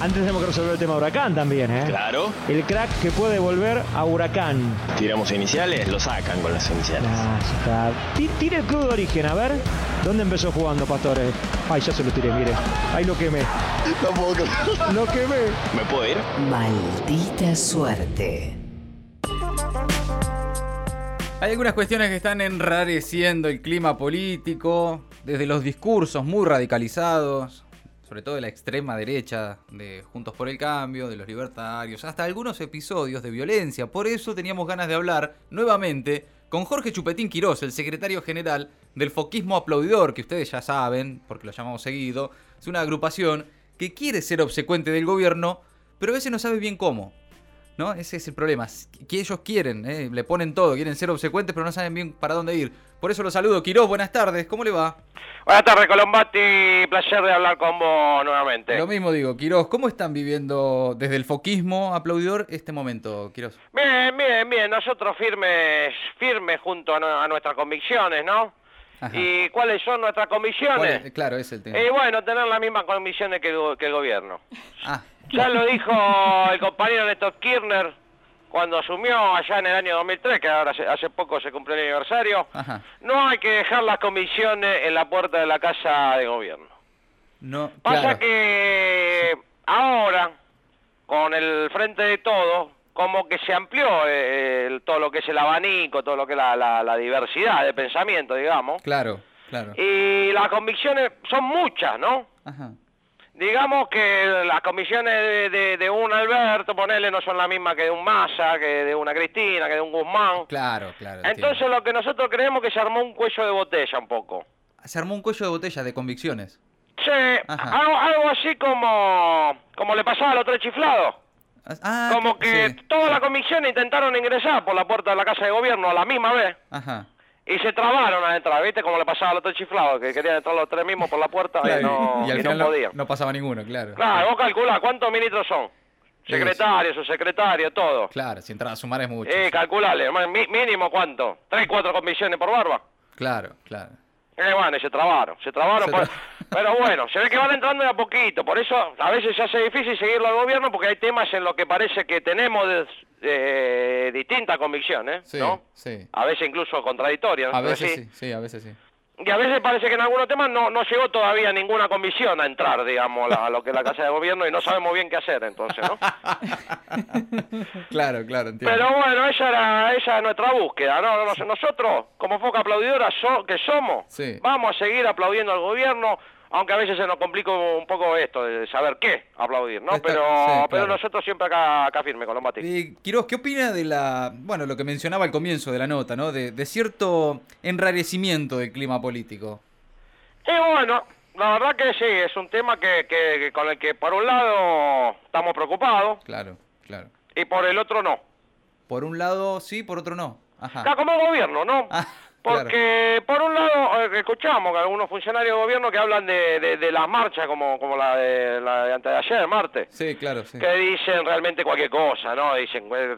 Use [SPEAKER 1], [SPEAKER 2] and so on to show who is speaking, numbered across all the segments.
[SPEAKER 1] Antes tenemos que resolver el tema Huracán también, ¿eh?
[SPEAKER 2] Claro.
[SPEAKER 1] El crack que puede volver a Huracán.
[SPEAKER 2] Tiramos iniciales, lo sacan con las iniciales.
[SPEAKER 1] Ah, ya está. Ti- Tire el club de origen, a ver. ¿Dónde empezó jugando, Pastores? Ay, ya se lo tiré, mire. Ahí lo quemé.
[SPEAKER 2] No puedo creer.
[SPEAKER 1] Lo quemé.
[SPEAKER 2] ¿Me puedo ir?
[SPEAKER 3] Maldita suerte.
[SPEAKER 4] Hay algunas cuestiones que están enrareciendo el clima político, desde los discursos muy radicalizados, sobre todo de la extrema derecha de Juntos por el Cambio, de los libertarios, hasta algunos episodios de violencia. Por eso teníamos ganas de hablar nuevamente con Jorge Chupetín Quirós, el secretario general del Foquismo Aplaudidor, que ustedes ya saben, porque lo llamamos seguido, es una agrupación que quiere ser obsecuente del gobierno, pero a veces no sabe bien cómo. ¿no? Ese es el problema. Que ellos quieren, ¿eh? le ponen todo, quieren ser obsecuentes, pero no saben bien para dónde ir. Por eso los saludo. Quirós, buenas tardes, ¿cómo le va?
[SPEAKER 5] Buenas tardes, Colombati. Placer de hablar con vos nuevamente.
[SPEAKER 4] Lo mismo digo, Quirós, ¿cómo están viviendo desde el foquismo aplaudidor este momento, Quirós?
[SPEAKER 5] Bien, bien, bien. Nosotros firmes, firmes junto a, nu- a nuestras convicciones, ¿no?
[SPEAKER 4] Ajá.
[SPEAKER 5] ¿Y cuáles son nuestras
[SPEAKER 4] ¿Cuál
[SPEAKER 5] convicciones?
[SPEAKER 4] es? Eh, Claro, es el tema.
[SPEAKER 5] Y bueno, tener las mismas convicciones que el, go- que el gobierno.
[SPEAKER 4] Ah,
[SPEAKER 5] Ya lo dijo el compañero Néstor Kirchner cuando asumió allá en el año 2003, que ahora hace, hace poco se cumplió el aniversario.
[SPEAKER 4] ajá.
[SPEAKER 5] No hay que dejar las comisiones en la puerta de la casa de gobierno.
[SPEAKER 4] No,
[SPEAKER 5] Pasa
[SPEAKER 4] claro.
[SPEAKER 5] que ahora, con el frente de todos, como que se amplió eh, el- todo lo que es el abanico, todo lo que es la, la- la diversidad de pensamiento, digamos.
[SPEAKER 4] Claro, claro.
[SPEAKER 5] Y las convicciones son muchas, ¿no?
[SPEAKER 4] Ajá.
[SPEAKER 5] Digamos que las comisiones de, de- de un Alberto, ponele, no son las mismas que de un Massa, que de una Cristina, que de un Guzmán.
[SPEAKER 4] Claro, claro. entiendo.
[SPEAKER 5] Entonces lo que nosotros creemos que se armó un cuello de botella un poco.
[SPEAKER 4] Se armó un cuello de botella de convicciones.
[SPEAKER 5] Sí,
[SPEAKER 4] Ajá.
[SPEAKER 5] algo, algo así como, como le pasaba a los tres chiflados.
[SPEAKER 4] Ah,
[SPEAKER 5] Como que
[SPEAKER 4] sí.
[SPEAKER 5] toda la comisión intentaron ingresar por la puerta de la Casa de Gobierno a la misma vez
[SPEAKER 4] Ajá.
[SPEAKER 5] y se trabaron a entrar, ¿viste? Como le pasaba a los tres chiflados, que querían entrar los tres mismos por la puerta y no,
[SPEAKER 4] y al
[SPEAKER 5] y no
[SPEAKER 4] final no,
[SPEAKER 5] podían.
[SPEAKER 4] no pasaba ninguno, claro.
[SPEAKER 5] Claro, vos calculás cuántos ministros son.
[SPEAKER 4] Sí.
[SPEAKER 5] Secretarios, subsecretarios, todo.
[SPEAKER 4] Claro, si entrar a sumar es mucho.
[SPEAKER 5] Eh, calculale, ma- mi- mínimo cuánto. Tres, cuatro comisiones por barba.
[SPEAKER 4] Claro, claro.
[SPEAKER 5] Eh, bueno, y se trabaron, se trabaron.
[SPEAKER 4] Se
[SPEAKER 5] por-
[SPEAKER 4] tra-
[SPEAKER 5] Pero bueno, se ve que van entrando de a poquito. Por eso a veces se hace difícil seguirlo al gobierno porque hay temas en los que parece que tenemos des- eh, distintas convicciones,
[SPEAKER 4] Sí,
[SPEAKER 5] ¿eh? ¿no?
[SPEAKER 4] sí.
[SPEAKER 5] A veces incluso contradictorias.
[SPEAKER 4] A
[SPEAKER 5] pero
[SPEAKER 4] veces sí, sí, a veces sí.
[SPEAKER 5] Y a veces parece que en algunos temas no, no llegó todavía ninguna convicción a entrar, digamos, a, la- a lo que es la Casa de Gobierno y no sabemos bien qué hacer entonces, ¿no?
[SPEAKER 4] Claro, claro, entiendo.
[SPEAKER 5] Pero bueno, esa era esa es nuestra búsqueda, ¿no? Nos- Nosotros, como foca aplaudidora so- que somos,
[SPEAKER 4] Sí.
[SPEAKER 5] vamos a seguir aplaudiendo al gobierno, aunque a veces se nos complica un poco esto de saber qué aplaudir, ¿no?
[SPEAKER 4] Está-
[SPEAKER 5] pero
[SPEAKER 4] sí, claro.
[SPEAKER 5] pero nosotros siempre acá, acá firme con los matices.
[SPEAKER 4] Eh, Quirós, ¿qué opina de la, bueno, lo que mencionaba al comienzo de la nota, ¿no? De, de cierto enrarecimiento del clima político.
[SPEAKER 5] Y bueno, la verdad que sí, es un tema que, que- que con el que por un lado estamos preocupados
[SPEAKER 4] Claro, claro.
[SPEAKER 5] y por el otro no.
[SPEAKER 4] Por un lado sí, por otro no.
[SPEAKER 5] Está
[SPEAKER 4] Ajá.
[SPEAKER 5] como gobierno, ¿no?
[SPEAKER 4] Ah, claro.
[SPEAKER 5] Porque por un lado eh, escuchamos que algunos funcionarios de gobierno que hablan de, de, de las marchas como, como la, de, la de antes de ayer, martes.
[SPEAKER 4] Sí, claro, sí.
[SPEAKER 5] que dicen realmente cualquier cosa, ¿no? Dicen eh,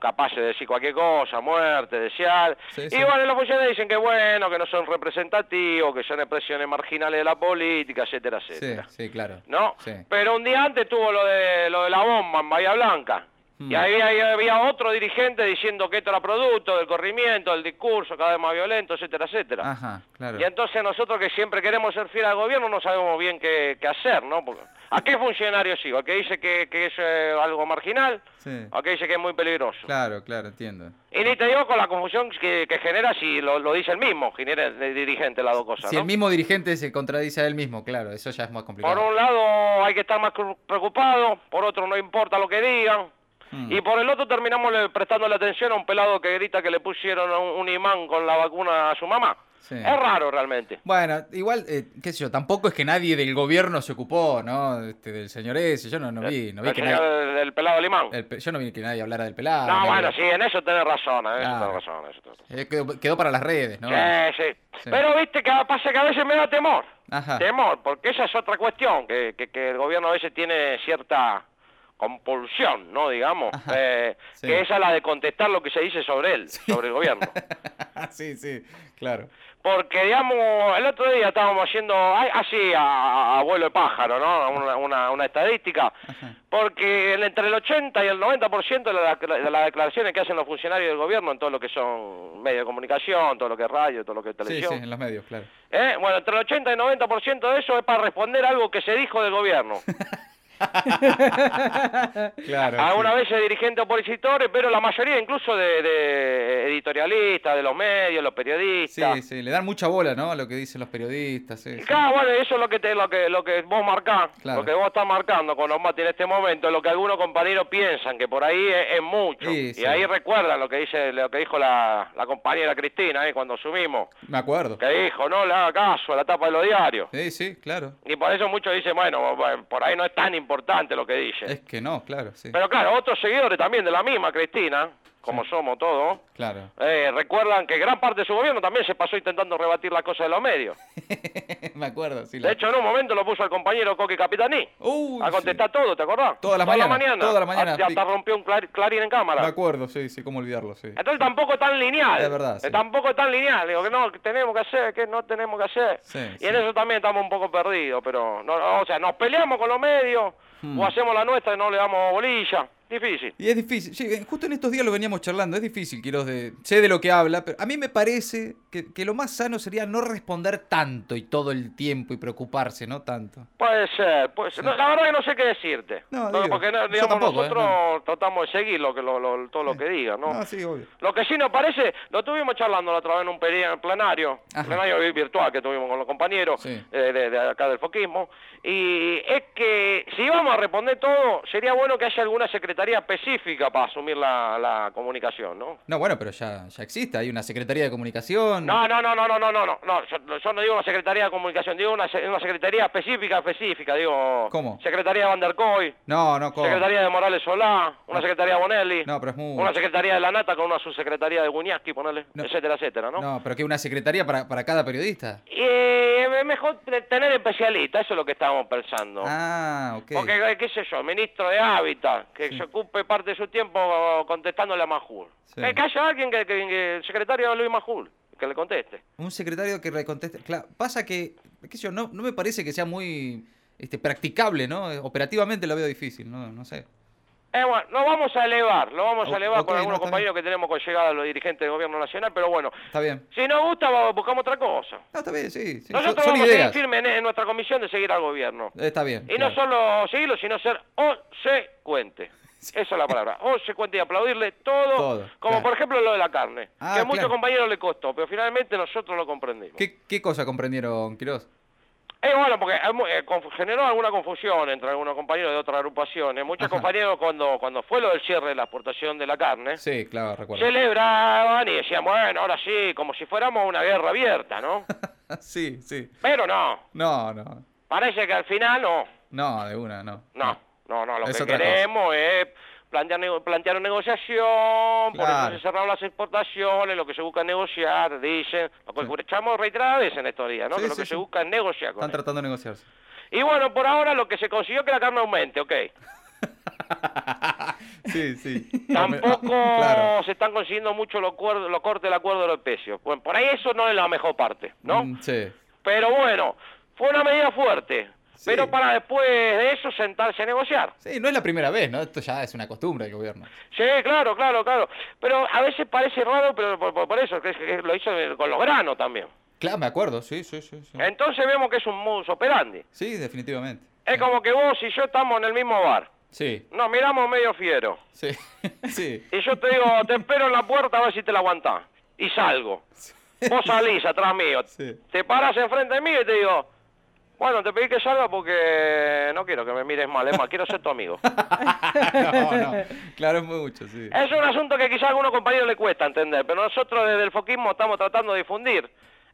[SPEAKER 5] capaces de decir cualquier cosa, muerte, desear.
[SPEAKER 4] Sí,
[SPEAKER 5] y
[SPEAKER 4] sí.
[SPEAKER 5] bueno, los funcionarios dicen que bueno, que no son representativos, que son expresiones marginales de la política, etcétera,
[SPEAKER 4] Sí,
[SPEAKER 5] etcétera.
[SPEAKER 4] sí, claro.
[SPEAKER 5] ¿No?
[SPEAKER 4] Sí.
[SPEAKER 5] Pero un día antes tuvo lo de, lo de la bomba en Bahía Blanca.
[SPEAKER 4] Hmm.
[SPEAKER 5] Y ahí, ahí había otro dirigente diciendo que esto era producto del corrimiento, del discurso cada vez más violento, etcétera, etcétera.
[SPEAKER 4] Ajá, claro.
[SPEAKER 5] Y entonces nosotros que siempre queremos ser fieles al gobierno no sabemos bien qué, qué hacer, ¿no? Porque, ¿A qué funcionario sigo? ¿A que dice que, que es eh, algo marginal?
[SPEAKER 4] Sí.
[SPEAKER 5] ¿A que dice que es muy peligroso?
[SPEAKER 4] Claro, claro, entiendo.
[SPEAKER 5] Y ni te digo con la confusión que, que genera si lo, lo dice el mismo, genera el dirigente las dos cosas,
[SPEAKER 4] Si
[SPEAKER 5] ¿no?
[SPEAKER 4] el mismo dirigente se contradice a él mismo, claro, eso ya es más
[SPEAKER 5] Por
[SPEAKER 4] complicado.
[SPEAKER 5] un lado hay que estar más cru- preocupado, por otro no importa lo que digan,
[SPEAKER 4] Mm.
[SPEAKER 5] y por el otro terminamos le- prestándole atención a un pelado que grita que le pusieron un, un imán con la vacuna a su mamá.
[SPEAKER 4] Sí.
[SPEAKER 5] Es raro realmente.
[SPEAKER 4] Bueno, igual, eh, qué sé yo, tampoco es que nadie del gobierno se ocupó, ¿no? Este, del señor ese, yo no, no vi, no vi
[SPEAKER 5] El
[SPEAKER 4] que
[SPEAKER 5] señor
[SPEAKER 4] nadie,
[SPEAKER 5] del- del pelado Limán.
[SPEAKER 4] el pe- yo no vi que nadie hablara del pelado.
[SPEAKER 5] No,
[SPEAKER 4] nadie-
[SPEAKER 5] bueno, sí, en eso tenés razón, eh, en eso
[SPEAKER 4] Claro.
[SPEAKER 5] tenés razón. en eso tenés razón.
[SPEAKER 4] Eh, quedó, quedó para las redes, ¿no?
[SPEAKER 5] Sí, sí.
[SPEAKER 4] Sí.
[SPEAKER 5] Pero viste que pasa que a veces me da temor.
[SPEAKER 4] Ajá.
[SPEAKER 5] Temor, porque esa es otra cuestión, que, que- que el gobierno a veces tiene cierta compulsión, ¿no? Digamos,
[SPEAKER 4] Ajá,
[SPEAKER 5] eh,
[SPEAKER 4] sí.
[SPEAKER 5] que esa es la de contestar lo que se dice sobre él, sobre el gobierno.
[SPEAKER 4] sí, sí, claro.
[SPEAKER 5] Porque, digamos, el otro día estábamos yendo ay, así a, a vuelo de pájaro, ¿no? A Una, una, una estadística. Porque el- entre el 80 y el 90% de, la- de las declaraciones que hacen los funcionarios del gobierno en todo lo que son medios de comunicación, todo lo que es radio, todo lo que es
[SPEAKER 4] Sí,
[SPEAKER 5] televisión.
[SPEAKER 4] sí, en los medios, claro.
[SPEAKER 5] ¿eh? Bueno, entre el 80 y el 90% de eso es para responder algo que se dijo del gobierno.
[SPEAKER 4] Claro.
[SPEAKER 5] Algunas
[SPEAKER 4] Ah, sí.
[SPEAKER 5] veces dirigentes opositores, pero la mayoría incluso de, de editorialistas, de los medios, los periodistas.
[SPEAKER 4] Sí, sí, le dan mucha bola, ¿no? A lo que dicen los periodistas. Sí,
[SPEAKER 5] Y
[SPEAKER 4] sí.
[SPEAKER 5] claro, bueno, eso es lo que, te, lo que, lo que vos marcás,
[SPEAKER 4] Claro.
[SPEAKER 5] lo que vos estás marcando con los mates en este momento, lo que algunos compañeros piensan, que por ahí es, es mucho.
[SPEAKER 4] Sí,
[SPEAKER 5] y
[SPEAKER 4] sí.
[SPEAKER 5] ahí recuerdan lo que dice lo que dijo la, la compañera Cristina eh, cuando asumimos,
[SPEAKER 4] Me acuerdo.
[SPEAKER 5] que dijo, no le haga caso a la tapa de los diarios.
[SPEAKER 4] Sí, sí, claro.
[SPEAKER 5] Y por eso muchos dicen, bueno, bueno, por ahí no es tan importante lo que dice.
[SPEAKER 4] Es que no, claro, sí.
[SPEAKER 5] Pero claro, otros seguidores también de la misma Cristina, como somos todos,
[SPEAKER 4] Claro.
[SPEAKER 5] eh, recuerdan que gran parte de su gobierno también se pasó intentando rebatir las cosas de los medios.
[SPEAKER 4] Me acuerdo, sí.
[SPEAKER 5] De hecho, en un momento lo puso el compañero Coque Capitaní.
[SPEAKER 4] Uy,
[SPEAKER 5] a contestar todo, ¿te acordás?
[SPEAKER 4] Todas las mañanas, todas las mañanas,
[SPEAKER 5] Hasta,
[SPEAKER 4] sí.
[SPEAKER 5] hasta rompió un clar- clarín en
[SPEAKER 4] Me
[SPEAKER 5] cámara.
[SPEAKER 4] acuerdo, sí, sí, cómo olvidarlo, sí.
[SPEAKER 5] Entonces tampoco es tan lineal.
[SPEAKER 4] Es verdad, sí.
[SPEAKER 5] Eh, Tampoco es tan lineal. Digo, que no, que tenemos que hacer, que no tenemos que hacer.
[SPEAKER 4] Sí,
[SPEAKER 5] y
[SPEAKER 4] sí.
[SPEAKER 5] en eso también estamos un poco perdidos, pero... No, no, o sea, nos peleamos con los medios,
[SPEAKER 4] Hmm.
[SPEAKER 5] o hacemos la nuestra y no le damos bolilla. Difícil.
[SPEAKER 4] Y es difícil, sí, eh, justo en estos días lo veníamos charlando, es difícil, Quiroz, de, sé de lo que habla, pero a mí me parece que, que lo más sano sería no responder tanto y todo el tiempo y preocuparse, ¿no tanto.
[SPEAKER 5] Puede ser, puede ser. No, la verdad que no sé qué decirte.
[SPEAKER 4] No,
[SPEAKER 5] No,
[SPEAKER 4] digo,
[SPEAKER 5] porque no,
[SPEAKER 4] yo
[SPEAKER 5] digamos,
[SPEAKER 4] tampoco, ¿eh?
[SPEAKER 5] nosotros tratamos de seguir lo que, lo- lo- todo lo que diga, ¿no?
[SPEAKER 4] No, sí, obvio.
[SPEAKER 5] Lo que sí nos parece, lo tuvimos charlando la otra vez en un peri- plenario,
[SPEAKER 4] Ajá.
[SPEAKER 5] plenario vi- virtual que tuvimos con los compañeros
[SPEAKER 4] Sí.
[SPEAKER 5] eh, de, de acá del foquismo, y es que si vamos a responder todo, sería bueno que haya alguna secretaría específica para asumir la, la comunicación, ¿no?
[SPEAKER 4] No, bueno, pero ya, ya existe, hay una Secretaría de Comunicación.
[SPEAKER 5] No, no, no, no, no, no, no, no, no, yo, yo no digo una secretaría de comunicación, digo una, se- una secretaría específica, específica, digo...
[SPEAKER 4] ¿Cómo?
[SPEAKER 5] Secretaría de Van der Koy,
[SPEAKER 4] No, no, ¿cómo? Ah.
[SPEAKER 5] Secretaría de Morales Solá, una secretaría de Bonelli,
[SPEAKER 4] No, pero es muy...
[SPEAKER 5] una secretaría de la Nata con una subsecretaría de Guñaski, ponele,
[SPEAKER 4] No.
[SPEAKER 5] etcétera, etcétera, ¿no?
[SPEAKER 4] No, pero que una secretaría para, para cada periodista.
[SPEAKER 5] Y es mejor tener especialistas, eso es lo que estábamos pensando.
[SPEAKER 4] Ah, ok.
[SPEAKER 5] Porque, eh, qué sé yo, ministro de Hábitat, que se ocupe parte de su tiempo contestándole a Majul.
[SPEAKER 4] Sí.
[SPEAKER 5] Que, que haya alguien, que, que- que el secretario Luis Majul, que le conteste.
[SPEAKER 4] Un secretario que reconteste. Claro, pasa que, qué sé yo, no, no me parece que sea muy este, practicable, ¿no? Eh, Operativamente lo veo difícil, no, no sé.
[SPEAKER 5] Eh, bueno, lo vamos a elevar, lo vamos a
[SPEAKER 4] O-
[SPEAKER 5] elevar
[SPEAKER 4] ok,
[SPEAKER 5] con algunos
[SPEAKER 4] no, está
[SPEAKER 5] compañeros que tenemos con llegada a los dirigentes del gobierno nacional, pero bueno,
[SPEAKER 4] Está bien.
[SPEAKER 5] si nos gusta buscamos otra cosa.
[SPEAKER 4] No, Ah, está bien, sí. sí. Son-
[SPEAKER 5] Nosotros
[SPEAKER 4] son
[SPEAKER 5] vamos a seguir
[SPEAKER 4] ideas.
[SPEAKER 5] firmes en, en nuestra comisión de seguir al gobierno.
[SPEAKER 4] Eh, Está bien.
[SPEAKER 5] Y no
[SPEAKER 4] claro.
[SPEAKER 5] solo seguirlo, sino ser consecuente. Esa es la palabra. Consecuente y aplaudirle todo.
[SPEAKER 4] Todo,
[SPEAKER 5] como
[SPEAKER 4] claro.
[SPEAKER 5] por ejemplo lo de la carne.
[SPEAKER 4] Ah,
[SPEAKER 5] que a muchos
[SPEAKER 4] claro.
[SPEAKER 5] compañeros le costó, pero finalmente nosotros lo comprendimos.
[SPEAKER 4] ¿Qué, qué cosa comprendieron, Quiroz?
[SPEAKER 5] Eh, bueno, porque hay mu- eh, confu- generó alguna confusión entre algunos compañeros de otras agrupaciones. Muchos
[SPEAKER 4] Ajá.
[SPEAKER 5] compañeros cuando, cuando fue lo del cierre de la exportación de la carne,
[SPEAKER 4] Sí, claro, recuerdo.
[SPEAKER 5] celebraban y decían, bueno, ahora sí, como si fuéramos una guerra abierta, ¿no?
[SPEAKER 4] sí, sí.
[SPEAKER 5] pero no,
[SPEAKER 4] No, no.
[SPEAKER 5] parece que al final no.
[SPEAKER 4] No, de una, no.
[SPEAKER 5] No, no, no, lo
[SPEAKER 4] Es
[SPEAKER 5] que
[SPEAKER 4] otra cosa.
[SPEAKER 5] queremos es plantear, nego- plantear una negociación, por
[SPEAKER 4] Claro.
[SPEAKER 5] eso se cerraron las exportaciones, lo que se busca es negociar, dicen, lo que
[SPEAKER 4] Sí.
[SPEAKER 5] escuchamos reiteradas veces en estos días, ¿no?
[SPEAKER 4] Sí,
[SPEAKER 5] que lo
[SPEAKER 4] sí,
[SPEAKER 5] que
[SPEAKER 4] sí.
[SPEAKER 5] se busca es negociar con
[SPEAKER 4] Están
[SPEAKER 5] él.
[SPEAKER 4] tratando de negociarse.
[SPEAKER 5] Y bueno, por ahora lo que se consiguió es que la carne aumente, ok.
[SPEAKER 4] Sí, sí.
[SPEAKER 5] Tampoco
[SPEAKER 4] Claro.
[SPEAKER 5] se están consiguiendo mucho los cuer- los cortes del acuerdo de los precios. Bueno, por ahí eso no es la mejor parte, ¿no?
[SPEAKER 4] Mm, Sí.
[SPEAKER 5] Pero bueno, fue una medida fuerte,
[SPEAKER 4] Sí.
[SPEAKER 5] pero para después de eso sentarse a negociar.
[SPEAKER 4] Sí, no es la primera vez, ¿no? Esto ya es una costumbre del gobierno.
[SPEAKER 5] Sí, claro, claro, claro. Pero a veces parece raro, pero por, por- por eso, que, es- que lo hizo eh, con los granos también.
[SPEAKER 4] Claro, me acuerdo, sí, sí, sí. Sí,
[SPEAKER 5] Entonces vemos que es un modus operandi.
[SPEAKER 4] Sí, definitivamente.
[SPEAKER 5] Es como que vos y yo estamos en el mismo bar.
[SPEAKER 4] Sí,
[SPEAKER 5] Nos miramos medio fiero.
[SPEAKER 4] sí, sí.
[SPEAKER 5] Y yo te digo, te espero en la puerta a ver si te la aguantás. Y salgo. Vos salís atrás mío.
[SPEAKER 4] Sí.
[SPEAKER 5] Te parás enfrente de mí y te digo, bueno, te pedí que salga porque no quiero que me mires mal. Es más, quiero ser tu amigo.
[SPEAKER 4] No, no. Claro, es mucho, sí.
[SPEAKER 5] Es un asunto que quizás a algunos compañeros le cuesta entender, pero nosotros desde el foquismo estamos tratando de difundir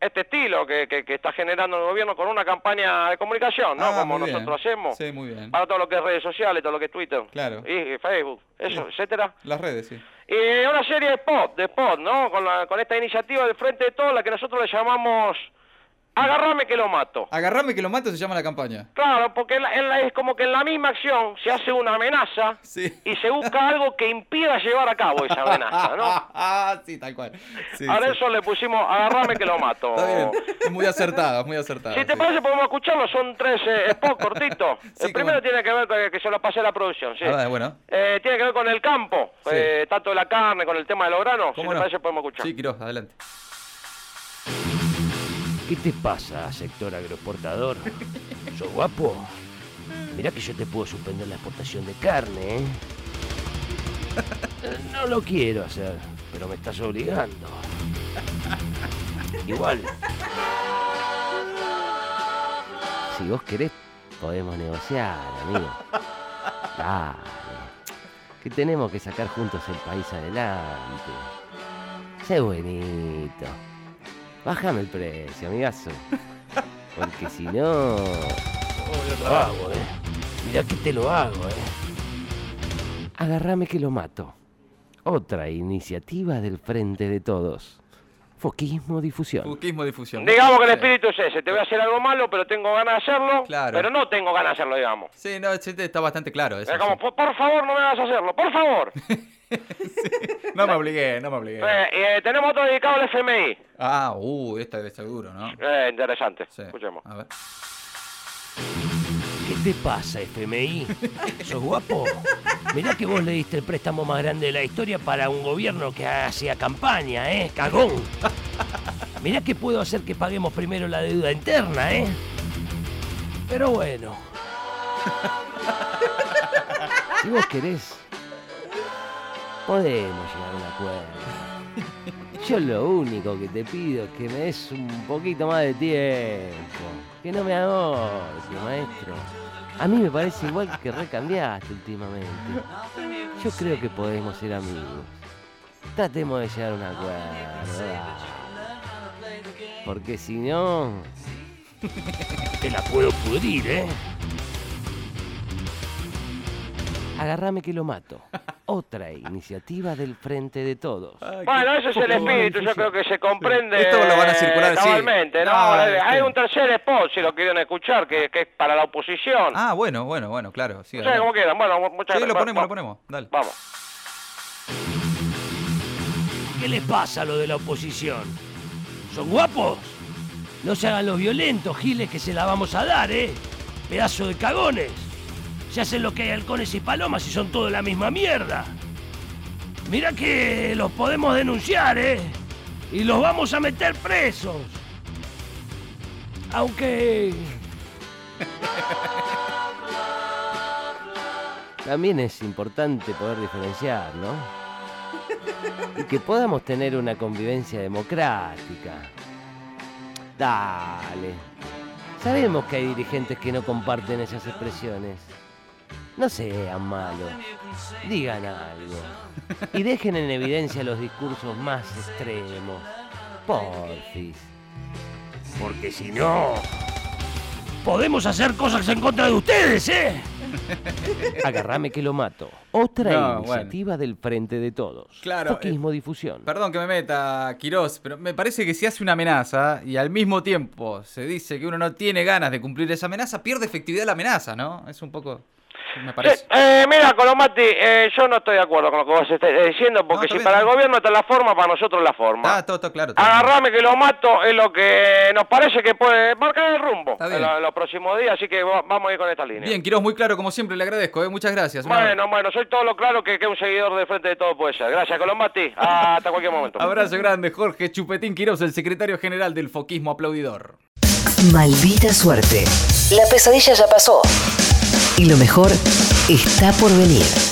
[SPEAKER 5] este estilo que, que- que está generando el gobierno con una campaña de comunicación, ¿no?
[SPEAKER 4] Ah,
[SPEAKER 5] Como
[SPEAKER 4] muy bien.
[SPEAKER 5] nosotros hacemos.
[SPEAKER 4] Sí, muy bien.
[SPEAKER 5] Para todo lo que es redes sociales, todo lo que es Twitter.
[SPEAKER 4] Claro.
[SPEAKER 5] Y Facebook, eso, etcétera.
[SPEAKER 4] Las redes, sí.
[SPEAKER 5] Y una serie de spot, de spot, ¿no? Con, la- con esta iniciativa del Frente de Todos, la que nosotros le llamamos Agarrame que lo mato.
[SPEAKER 4] Agarrame que lo mato se llama la campaña.
[SPEAKER 5] Claro, porque en la- en la- es como que en la misma acción se hace una amenaza
[SPEAKER 4] Sí.
[SPEAKER 5] y se busca algo que impida llevar a cabo esa amenaza, ¿no?
[SPEAKER 4] Ah, sí, tal cual. Sí,
[SPEAKER 5] Ahora
[SPEAKER 4] sí.
[SPEAKER 5] eso le pusimos agarrame que lo mato.
[SPEAKER 4] Está bien. Es muy acertado, es muy acertado.
[SPEAKER 5] Si te
[SPEAKER 4] sí.
[SPEAKER 5] parece podemos escucharlo, son tres eh, spots cortitos.
[SPEAKER 4] Sí,
[SPEAKER 5] el
[SPEAKER 4] cómo
[SPEAKER 5] primero
[SPEAKER 4] no.
[SPEAKER 5] tiene que ver con el que se lo pasé a la producción, sí.
[SPEAKER 4] A ver, bueno.
[SPEAKER 5] Eh, tiene que ver con el campo,
[SPEAKER 4] Sí.
[SPEAKER 5] eh, tanto de la carne, con el tema de los granos. Si
[SPEAKER 4] ¿Cómo
[SPEAKER 5] te
[SPEAKER 4] no?
[SPEAKER 5] parece podemos escuchar.
[SPEAKER 4] Sí, Quiroz, adelante.
[SPEAKER 6] ¿Qué te pasa, sector agroexportador? ¿Sos guapo? Mirá que yo te puedo suspender la exportación de carne, ¿eh? Eh, No lo quiero hacer, pero me estás obligando. Igual. Si vos querés, podemos negociar, amigo. Dale. Que tenemos que sacar juntos el país adelante. Sé buenito. Bájame el precio, amigazo. Porque si no. Te lo hago, eh. Mirá que te lo hago, eh. Agarrame que lo mato. Otra iniciativa del Frente de Todos. Foquismo difusión.
[SPEAKER 4] Busquismo difusión.
[SPEAKER 5] Digamos que el espíritu es ese, te voy a hacer algo malo, pero tengo ganas de hacerlo,
[SPEAKER 4] Claro.
[SPEAKER 5] pero no tengo ganas de hacerlo, digamos.
[SPEAKER 4] Sí, no, sí, te- está bastante claro eso.
[SPEAKER 5] Es como,
[SPEAKER 4] sí.
[SPEAKER 5] por, por favor, no me hagas hacerlo, por favor.
[SPEAKER 4] No me obligué, no me obligué.
[SPEAKER 5] Eh, eh, tenemos otro dedicado al FMI.
[SPEAKER 4] Ah, uh, esta debe ser duro, ¿no?
[SPEAKER 5] Eh, interesante,
[SPEAKER 4] Sí.
[SPEAKER 5] escuchemos.
[SPEAKER 4] A ver.
[SPEAKER 6] ¿Qué te pasa, FMI? ¿Sos guapo? Mirá que vos le diste el préstamo más grande de la historia para un gobierno que hacía campaña, ¿eh? ¡Cagón! Mirá que puedo hacer que paguemos primero la deuda interna, ¿eh? Pero bueno. Si vos querés, podemos llegar a un acuerdo. Yo lo único que te pido es que me des un poquito más de tiempo. Que no me agobie, maestro. A mí me parece igual que recambiaste últimamente. Yo creo que podemos ser amigos. Tratemos de llegar a un acuerdo. dale. Porque si no... Te la puedo pudrir, ¿eh? Agarrame que lo mato. Otra iniciativa del Frente de Todos.
[SPEAKER 5] Bueno, ese es el espíritu, yo creo que se comprende
[SPEAKER 4] Sí. Esto lo van a circular, sí.
[SPEAKER 5] cabalmente, ¿no?
[SPEAKER 4] Ah,
[SPEAKER 5] Eh, Hay
[SPEAKER 4] sí.
[SPEAKER 5] un tercer spot, si lo quieren escuchar, que, que es para la oposición.
[SPEAKER 4] Ah, bueno, bueno, bueno, claro. Sí,
[SPEAKER 5] O sea,
[SPEAKER 4] adelante.
[SPEAKER 5] como quieran, bueno, muchas
[SPEAKER 4] Sí, lo
[SPEAKER 5] gracias.
[SPEAKER 4] ponemos,
[SPEAKER 5] Va-
[SPEAKER 4] lo ponemos. Dale.
[SPEAKER 5] Vamos.
[SPEAKER 6] ¿Qué les pasa a lo de la oposición? ¿Son guapos? No se hagan los violentos, giles, que se la vamos a dar, ¿eh? Pedazo de cagones. Se hacen lo que hay halcones y palomas y son todos la misma mierda. Mirá que los podemos denunciar, ¿eh? Y los vamos a meter presos. Aunque... También es importante poder diferenciar, ¿no? y que podamos tener una convivencia democrática. Dale. Sabemos que hay dirigentes que no comparten esas expresiones. No sean malos. Digan algo. Y dejen en evidencia los discursos más extremos. Porfis. Porque si no... Podemos hacer cosas en contra de ustedes, ¿eh? Agarrame que lo mato. Otra
[SPEAKER 4] No, bueno.
[SPEAKER 6] iniciativa del Frente de Todos.
[SPEAKER 4] Claro, eh,
[SPEAKER 6] Foquismo difusión.
[SPEAKER 4] Perdón que me meta, Quirós, pero me parece que si hace una amenaza y al mismo tiempo se dice que uno no tiene ganas de cumplir esa amenaza, pierde efectividad la amenaza, ¿no? Es un poco. Me
[SPEAKER 5] Sí,
[SPEAKER 4] parece.
[SPEAKER 5] eh, mira, Colomati, eh, yo no estoy de acuerdo con lo que vos estés diciendo, porque
[SPEAKER 4] está
[SPEAKER 5] si
[SPEAKER 4] bien,
[SPEAKER 5] para el
[SPEAKER 4] está bien.
[SPEAKER 5] gobierno está la forma, para nosotros la forma.
[SPEAKER 4] Está todo, todo claro. todo claro.
[SPEAKER 5] Agarrame que lo mato es lo que nos parece que puede marcar el rumbo
[SPEAKER 4] Está bien.
[SPEAKER 5] en, lo- en los próximos días, así que va- vamos a ir con esta línea.
[SPEAKER 4] Bien, Quirós, muy claro, como siempre, le agradezco, ¿eh? Muchas gracias. Un
[SPEAKER 5] Bueno, bueno, soy todo lo claro que, que un seguidor de frente de todo puede ser. Gracias, Colombati. Hasta cualquier momento.
[SPEAKER 4] Abrazo grande, Jorge Chupetín Quirós, el secretario general del Foquismo Aplaudidor.
[SPEAKER 3] Maldita suerte. La pesadilla ya pasó. Y lo mejor está por venir.